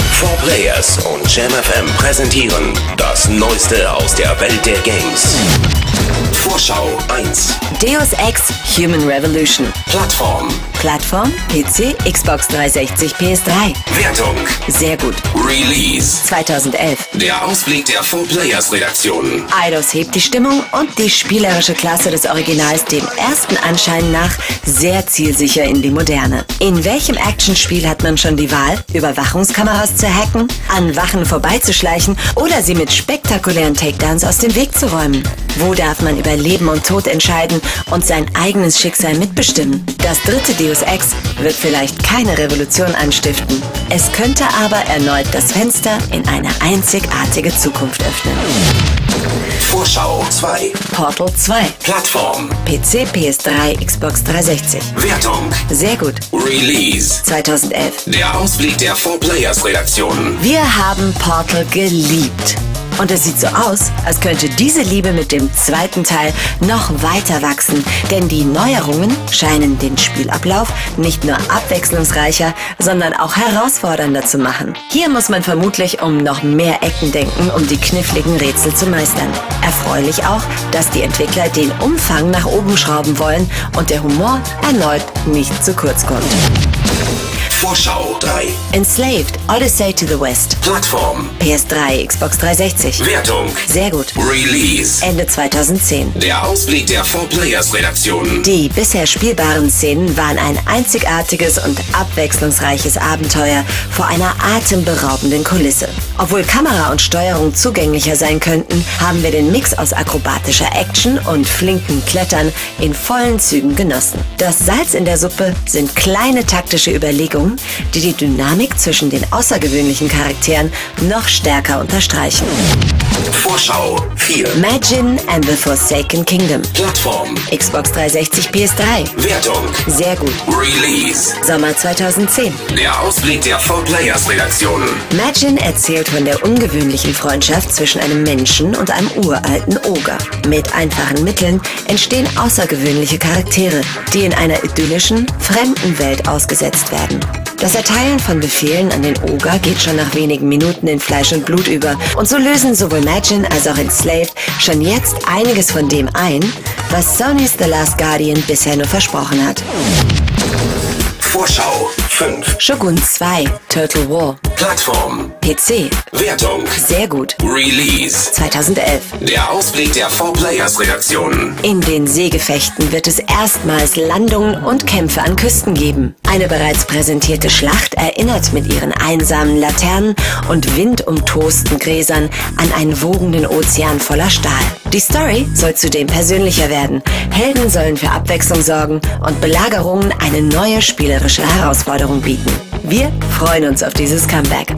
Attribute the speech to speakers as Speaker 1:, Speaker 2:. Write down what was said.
Speaker 1: 4 Players und JamFM präsentieren das Neueste aus der Welt der Games. Vorschau 1.
Speaker 2: Deus Ex Human Revolution.
Speaker 1: Plattform.
Speaker 2: Plattform PC, Xbox 360, PS3.
Speaker 1: Wertung.
Speaker 2: Sehr gut.
Speaker 1: Release.
Speaker 2: 2011.
Speaker 1: Der Ausblick der 4 Players Redaktion.
Speaker 2: Eidos hebt die Stimmung und die spielerische Klasse des Originals dem ersten Anschein nach sehr zielsicher in die Moderne. In welchem Actionspiel hat man schon die Wahl, Überwachungskameras zu hacken, an Wachen vorbeizuschleichen oder sie mit spektakulären Takedowns aus dem Weg zu räumen? Wo darf man über Leben und Tod entscheiden und sein eigenes Schicksal mitbestimmen? Das dritte Deus Ex wird vielleicht keine Revolution anstiften. Es könnte aber erneut das Fenster in eine einzigartige Zukunft öffnen.
Speaker 1: Vorschau 2.
Speaker 2: Portal 2.
Speaker 1: Plattform.
Speaker 2: PC, PS3, Xbox 360.
Speaker 1: Wertung.
Speaker 2: Sehr gut.
Speaker 1: Release.
Speaker 2: 2011.
Speaker 1: Der Ausblick der 4 Players Redaktion.
Speaker 2: Wir haben Portal geliebt. Und es sieht so aus, als könnte diese Liebe mit dem zweiten Teil noch weiter wachsen. Denn die Neuerungen scheinen den Spielablauf nicht nur abwechslungsreicher, sondern auch herausfordernder zu machen. Hier muss man vermutlich um noch mehr Ecken denken, um die kniffligen Rätsel zu meistern. Erfreulich auch, dass die Entwickler den Umfang nach oben schrauben wollen und der Humor erneut nicht zu kurz kommt.
Speaker 1: Vorschau 3.
Speaker 2: Enslaved, Odyssey to the West.
Speaker 1: Plattform.
Speaker 2: PS3, Xbox 360.
Speaker 1: Wertung.
Speaker 2: Sehr gut.
Speaker 1: Release.
Speaker 2: Ende 2010.
Speaker 1: Der Ausblick der 4 Players Redaktion.
Speaker 2: Die bisher spielbaren Szenen waren ein einzigartiges und abwechslungsreiches Abenteuer vor einer atemberaubenden Kulisse. Obwohl Kamera und Steuerung zugänglicher sein könnten, haben wir den Mix aus akrobatischer Action und flinken Klettern in vollen Zügen genossen. Das Salz in der Suppe sind kleine taktische Überlegungen, die die Dynamik zwischen den außergewöhnlichen Charakteren noch stärker unterstreichen.
Speaker 1: Vorschau 4.
Speaker 2: Imagine and the Forsaken Kingdom.
Speaker 1: Plattform.
Speaker 2: Xbox 360 PS3.
Speaker 1: Wertung.
Speaker 2: Sehr gut.
Speaker 1: Release.
Speaker 2: Sommer 2010.
Speaker 1: Der Ausblick der 4 Players Redaktion.
Speaker 2: Magin erzählt von der ungewöhnlichen Freundschaft zwischen einem Menschen und einem uralten Oger. Mit einfachen Mitteln entstehen außergewöhnliche Charaktere, die in einer idyllischen, fremden Welt ausgesetzt werden. Das Erteilen von Befehlen an den Oger geht schon nach wenigen Minuten in Fleisch und Blut über. Und so lösen sowohl Magin als auch Enslaved schon jetzt einiges von dem ein, was Sony's The Last Guardian bisher nur versprochen hat.
Speaker 1: Vorschau 5.
Speaker 2: Shogun 2 Turtle War
Speaker 1: Plattform.
Speaker 2: PC.
Speaker 1: Wertung.
Speaker 2: Sehr gut.
Speaker 1: Release.
Speaker 2: 2011.
Speaker 1: Der Ausblick der 4 Players Redaktion.
Speaker 2: In den Seegefechten wird es erstmals Landungen und Kämpfe an Küsten geben. Eine bereits präsentierte Schlacht erinnert mit ihren einsamen Laternen und windumtosten Gräsern an einen wogenden Ozean voller Stahl. Die Story soll zudem persönlicher werden. Helden sollen für Abwechslung sorgen und Belagerungen eine neue spielerische Herausforderung bieten. Wir freuen uns auf dieses Comeback.